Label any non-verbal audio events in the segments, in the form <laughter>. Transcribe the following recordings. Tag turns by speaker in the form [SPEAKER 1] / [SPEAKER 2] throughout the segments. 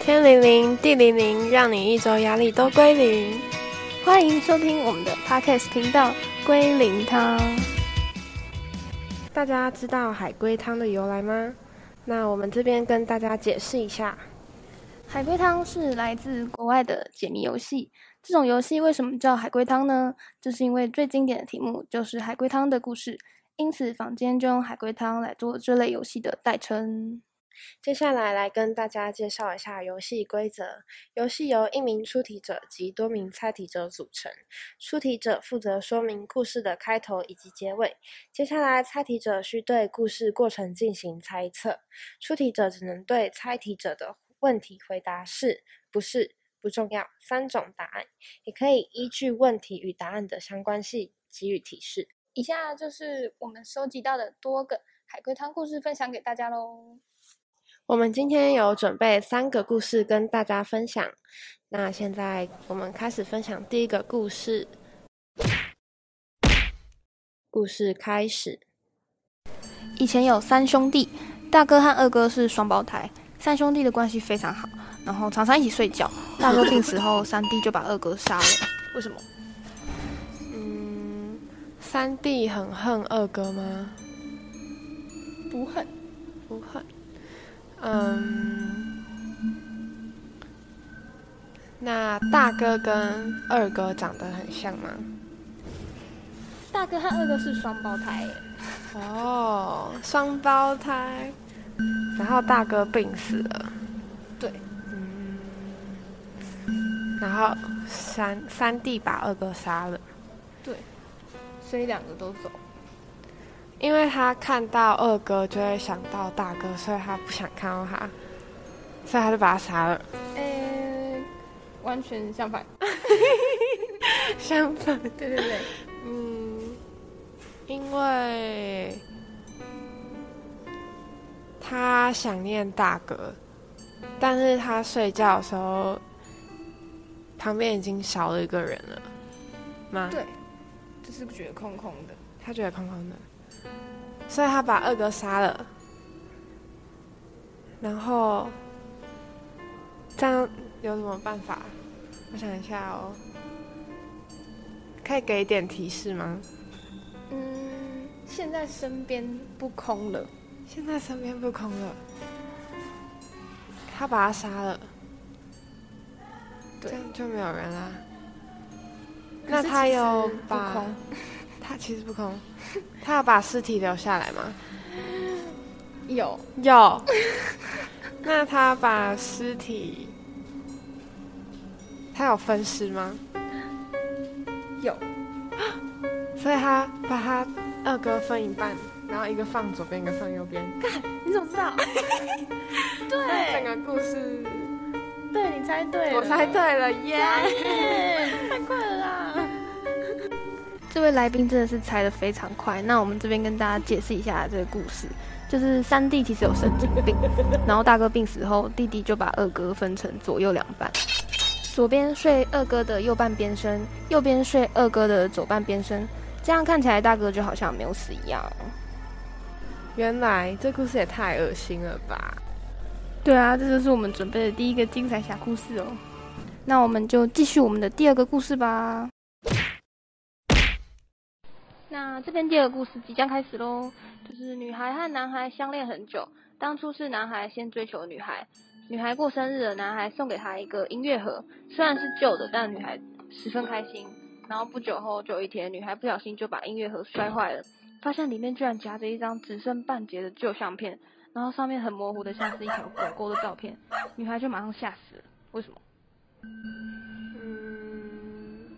[SPEAKER 1] 天灵灵，地灵灵，让你一周压力都归零。
[SPEAKER 2] 欢迎收听我们的 podcast 频道《龟苓汤》。
[SPEAKER 1] 大家知道海龟汤的由来吗？那我们这边跟大家解释一下。
[SPEAKER 2] 海龟汤是来自国外的解谜游戏。这种游戏为什么叫海龟汤呢？就是因为最经典的题目就是海龟汤的故事，因此坊间就用海龟汤来做这类游戏的代称。
[SPEAKER 1] 接下来来跟大家介绍一下游戏规则。游戏由一名出题者及多名猜题者组成，出题者负责说明故事的开头以及结尾。接下来，猜题者需对故事过程进行猜测，出题者只能对猜题者的问题回答是不是不重要三种答案，也可以依据问题与答案的相关性给予提示。
[SPEAKER 2] 以下就是我们收集到的多个海龟汤故事，分享给大家喽。
[SPEAKER 1] 我们今天有准备三个故事跟大家分享。那现在我们开始分享第一个故事。故事开始。
[SPEAKER 2] 以前有三兄弟，大哥和二哥是双胞胎，三兄弟的关系非常好，然后常常一起睡觉。大哥病死后，三弟就把二哥杀了。为什么？
[SPEAKER 1] 嗯，三弟很恨二哥吗？
[SPEAKER 2] 不恨。
[SPEAKER 1] 不恨。嗯，那大哥跟二哥长得很像吗？
[SPEAKER 2] 大哥和二哥是双胞胎耶。
[SPEAKER 1] 哦，双胞胎。然后大哥病死了，嗯
[SPEAKER 2] 对，
[SPEAKER 1] 然后三三弟把二哥杀了，
[SPEAKER 2] 对，所以两个都走。
[SPEAKER 1] 因为他看到二哥就会想到大哥，所以他不想看到他，所以他就把他杀了。
[SPEAKER 2] 诶，完全相反。
[SPEAKER 1] 相反，
[SPEAKER 2] 对对对，
[SPEAKER 1] 嗯，因为他想念大哥，但是他睡觉的时候，旁边已经少了一个人了，吗？
[SPEAKER 2] 对，就是觉得空空的。
[SPEAKER 1] 他觉得空空的，所以他把二哥杀了，然后这样有什么办法？我想一下哦，可以给一点提示吗？
[SPEAKER 2] 嗯，现在身边不空了。
[SPEAKER 1] 现在身边不空了，他把他杀了，这
[SPEAKER 2] 对
[SPEAKER 1] 样就没有人啦。
[SPEAKER 2] 可
[SPEAKER 1] 那
[SPEAKER 2] 是
[SPEAKER 1] 他
[SPEAKER 2] 其实
[SPEAKER 1] 有
[SPEAKER 2] 不
[SPEAKER 1] 把
[SPEAKER 2] 空
[SPEAKER 1] 他其实不空， <laughs> 他有把尸体留下来吗？
[SPEAKER 2] 有， <laughs>
[SPEAKER 1] 有。那他把尸体，他有分尸吗？
[SPEAKER 2] 有，
[SPEAKER 1] 所以他把他二哥分一半，然后一个放左边，一个放右边。
[SPEAKER 2] 你怎么知 <laughs> 道？
[SPEAKER 1] 整
[SPEAKER 2] 对，
[SPEAKER 1] 个故事
[SPEAKER 2] 对你猜对了，
[SPEAKER 1] 我猜对了耶！
[SPEAKER 2] 太快了啦！这位来宾真的是猜的非常快。那我们这边跟大家解释一下这个故事，就是三弟其实有神经 <laughs> 病，然后大哥病死后，弟弟就把二哥分成左右两半，左边睡二哥的右半边身，右边睡二哥的左半边身，这样看起来大哥就好像没有死一样。
[SPEAKER 1] 原来这故事也太恶心了吧！
[SPEAKER 2] 对啊，这就是我们准备的第一个精彩小故事哦。那我们就继续我们的第二个故事吧。那这边第二个故事即将开始喽，就是女孩和男孩相恋很久，当初是男孩先追求女孩，女孩过生日了，男孩送给她一个音乐盒，虽然是旧的，但女孩十分开心。然后不久后，就有一天，女孩不小心就把音乐盒摔坏了，发现里面居然夹着一张只剩半截的旧相片，然后上面很模糊的像是一条狗狗的照片，女孩就马上吓死了。为什么？
[SPEAKER 1] 嗯，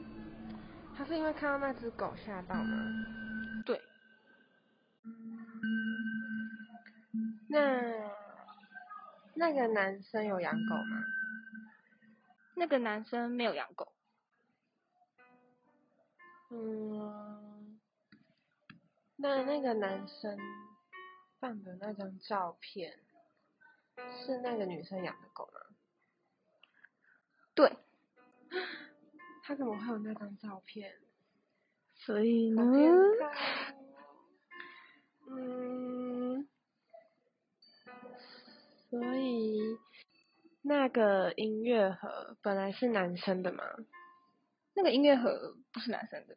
[SPEAKER 1] 他是因为看到那只狗吓到吗？
[SPEAKER 2] 对，
[SPEAKER 1] 那那个男生有养狗吗？
[SPEAKER 2] 那个男生没有养狗，
[SPEAKER 1] 嗯，那那个男生放的那张照片是那个女生养的狗吗？
[SPEAKER 2] 对，
[SPEAKER 1] 他怎么会有那张照片？
[SPEAKER 2] 所以
[SPEAKER 1] 好
[SPEAKER 2] 呢？
[SPEAKER 1] 变态哦。嗯，所以那个音乐盒本来是男生的嘛，
[SPEAKER 2] 那个音乐盒不是男生的，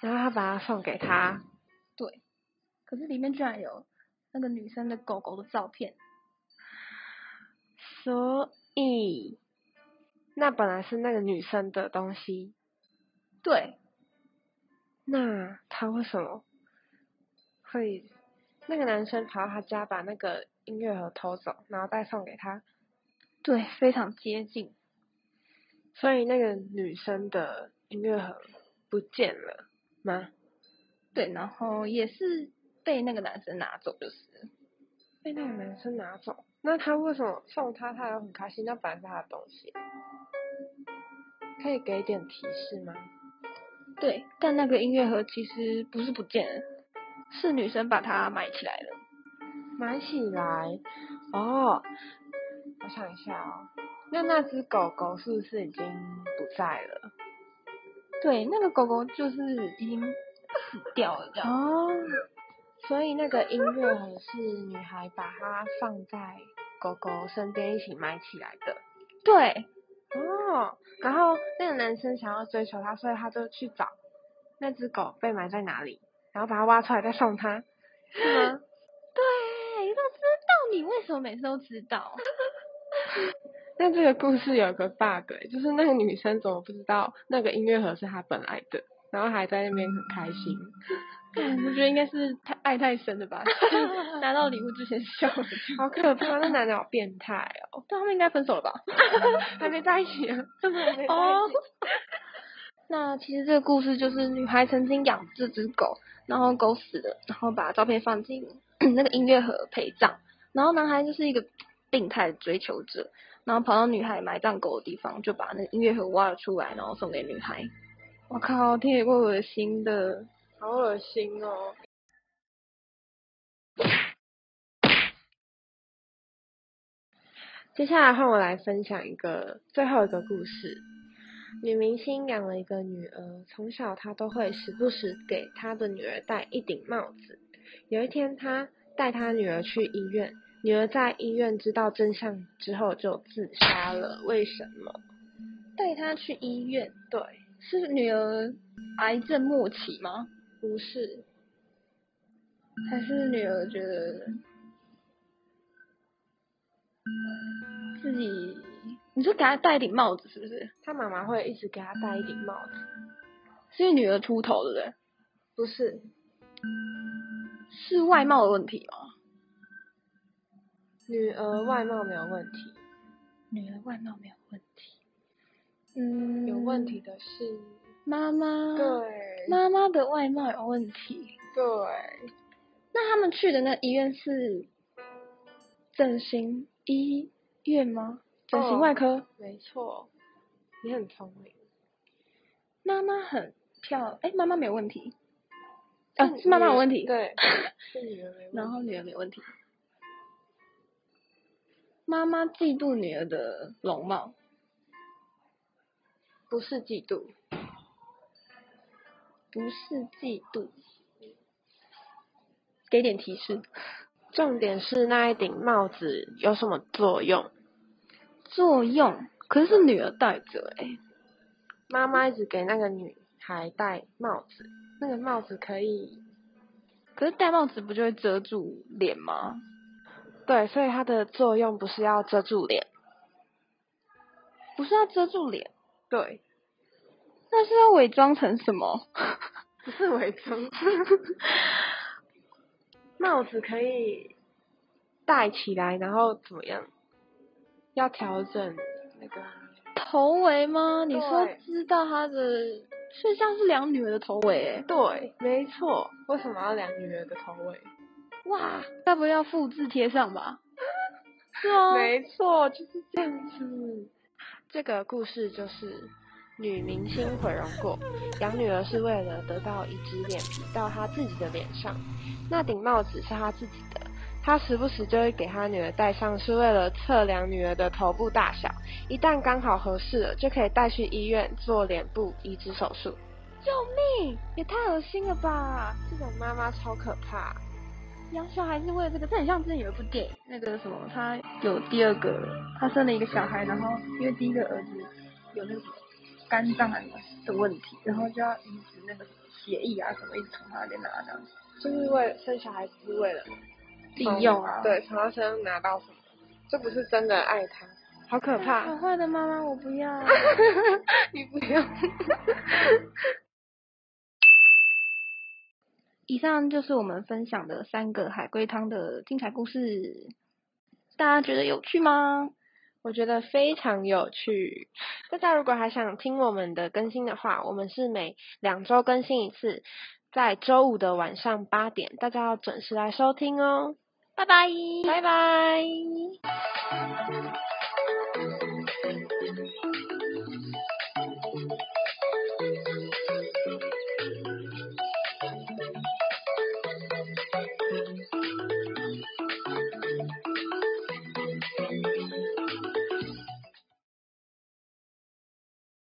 [SPEAKER 1] 然后他把它送给他，
[SPEAKER 2] 对，可是里面居然有那个女生的狗狗的照片，
[SPEAKER 1] 所以那本来是那个女生的东西，
[SPEAKER 2] 对，
[SPEAKER 1] 那他为什么会那个男生跑到他家把那个音乐盒偷走，然后再送给他？
[SPEAKER 2] 对，非常接近，
[SPEAKER 1] 所以那个女生的音乐盒不见了吗？
[SPEAKER 2] 对，然后也是被那个男生拿走，就是
[SPEAKER 1] 被那个男生拿走，那他为什么送他？他还很开心，那本来是他的东西，可以给点提示吗？
[SPEAKER 2] 对，但那个音乐盒其实不是不见了，是女生把它埋起来了，
[SPEAKER 1] 买起来哦，我想一下哦，那那只狗狗是不是已经不在了？
[SPEAKER 2] 对，那个狗狗就是已经死掉了，这样，
[SPEAKER 1] 哦，所以那个音乐盒是女孩把它放在狗狗身边一起埋起来的。
[SPEAKER 2] 对，
[SPEAKER 1] 哦，然后那个男生想要追求她，所以他就去找那只狗被埋在哪里，然后把它挖出来再送她，是吗？
[SPEAKER 2] 对，都知道你为什么每次都知道？
[SPEAKER 1] 那这个故事有个 bug，欸就是那个女生怎么不知道那个音乐盒是她本来的，然后还在那边很开心。
[SPEAKER 2] 我觉得应该是太爱太深了吧，就是拿到礼物之前笑了。
[SPEAKER 1] 好可怕！那男的好变态哦，
[SPEAKER 2] <laughs> 但他们应该分手了吧？
[SPEAKER 1] 还没在一起啊，真的还没在一起。
[SPEAKER 2] 哦那其实这个故事就是女孩曾经养这只狗，然后狗死了，然后把照片放进 <clears throat> 那个音乐盒陪葬，然后男孩就是一个病态的追求者，然后跑到女孩埋葬狗的地方，就把那个音乐盒挖了出来，然后送给女孩。我靠，听也够恶心的。
[SPEAKER 1] 好恶心哦！接下来换我来分享一个最后一个故事。女明星养了一个女儿，从小她都会时不时给她的女儿戴一顶帽子。有一天，她带她女儿去医院，女儿在医院知道真相之后就自杀了。为什么？
[SPEAKER 2] 带她去医院，
[SPEAKER 1] 对，
[SPEAKER 2] 是女儿癌症末期吗？
[SPEAKER 1] 不是，
[SPEAKER 2] 还是女儿觉得自己？你说给她戴一顶帽子是不是？
[SPEAKER 1] 她妈妈会一直给她戴一顶帽子。
[SPEAKER 2] 是因为女儿秃头，对不对？
[SPEAKER 1] 不是，
[SPEAKER 2] 是外貌的问题吗？
[SPEAKER 1] 女儿外貌没有问题，
[SPEAKER 2] 女儿外貌没有问题，嗯，
[SPEAKER 1] 有问题。的是，
[SPEAKER 2] 妈妈，，
[SPEAKER 1] 对
[SPEAKER 2] 妈妈的外貌有问题。
[SPEAKER 1] 对，
[SPEAKER 2] 那他们去的那医院是整形医院吗？整形外科。
[SPEAKER 1] 没错，你很聪明，
[SPEAKER 2] 妈妈很漂亮，哎、妈妈没有问题，啊，是妈妈
[SPEAKER 1] 女儿
[SPEAKER 2] 有问
[SPEAKER 1] <laughs>
[SPEAKER 2] 题，，
[SPEAKER 1] 对，是女儿没问题。
[SPEAKER 2] 然后女儿没问题。妈妈嫉妒女儿的容貌，
[SPEAKER 1] 不是嫉妒，
[SPEAKER 2] 不是嫉妒。给点提示，
[SPEAKER 1] 重点是那一顶帽子有什么作用？
[SPEAKER 2] 作用可是女儿戴着哎、
[SPEAKER 1] 妈妈一直给那个女孩戴帽子，那个帽子可以，
[SPEAKER 2] 可是戴帽子不就会遮住脸吗？
[SPEAKER 1] 对，所以它的作用不是要遮住脸，
[SPEAKER 2] 不是要遮住脸，
[SPEAKER 1] 对，
[SPEAKER 2] 那是要伪装成什么？
[SPEAKER 1] 不是伪装， <laughs> 帽子可以戴起来，然后怎么样？要调整那个，
[SPEAKER 2] 头围吗？你说
[SPEAKER 1] 对
[SPEAKER 2] 知道她的，所以像是量女儿的头围、欸，
[SPEAKER 1] 对，没错。为什么要量女儿的头围？
[SPEAKER 2] 哇，该不会要复制贴上吧？是啊，
[SPEAKER 1] 没错，就是这样子。 <laughs> 这个故事就是女明星毁容过，养女儿是为了得到一只脸皮到她自己的脸上，那顶帽子是她自己的。她时不时就会给她女儿戴上，是为了测量女儿的头部大小，一旦刚好合适了，就可以带去医院做脸部移植手术。
[SPEAKER 2] 救命！也太恶心了吧！
[SPEAKER 1] 这种妈妈超可怕，
[SPEAKER 2] 养小孩是为了这个，这很像之前有一部电影，那个什么，他有第二个，他生了一个小孩，然后因为第一个儿子有那个什么肝脏的问题，然后就要移植那个什么血液啊什么，一直从他那边拿这样子
[SPEAKER 3] 就是为了生小孩，只是为了
[SPEAKER 2] 利用啊，
[SPEAKER 3] 对，从他身上拿到什么，这不是真的爱他，好可怕
[SPEAKER 2] <laughs> 好！坏的妈妈，我不要。
[SPEAKER 3] 你不要，
[SPEAKER 2] 以上就是我们分享的三个海龟汤的精彩故事，大家觉得有趣吗？
[SPEAKER 1] <laughs> 我觉得非常有趣。大家如果还想听我们的更新的话，我们是每两周更新一次，在周五的晚上八点，大家要准时来收听哦。
[SPEAKER 2] 拜拜，
[SPEAKER 1] 拜拜。
[SPEAKER 2] 拜。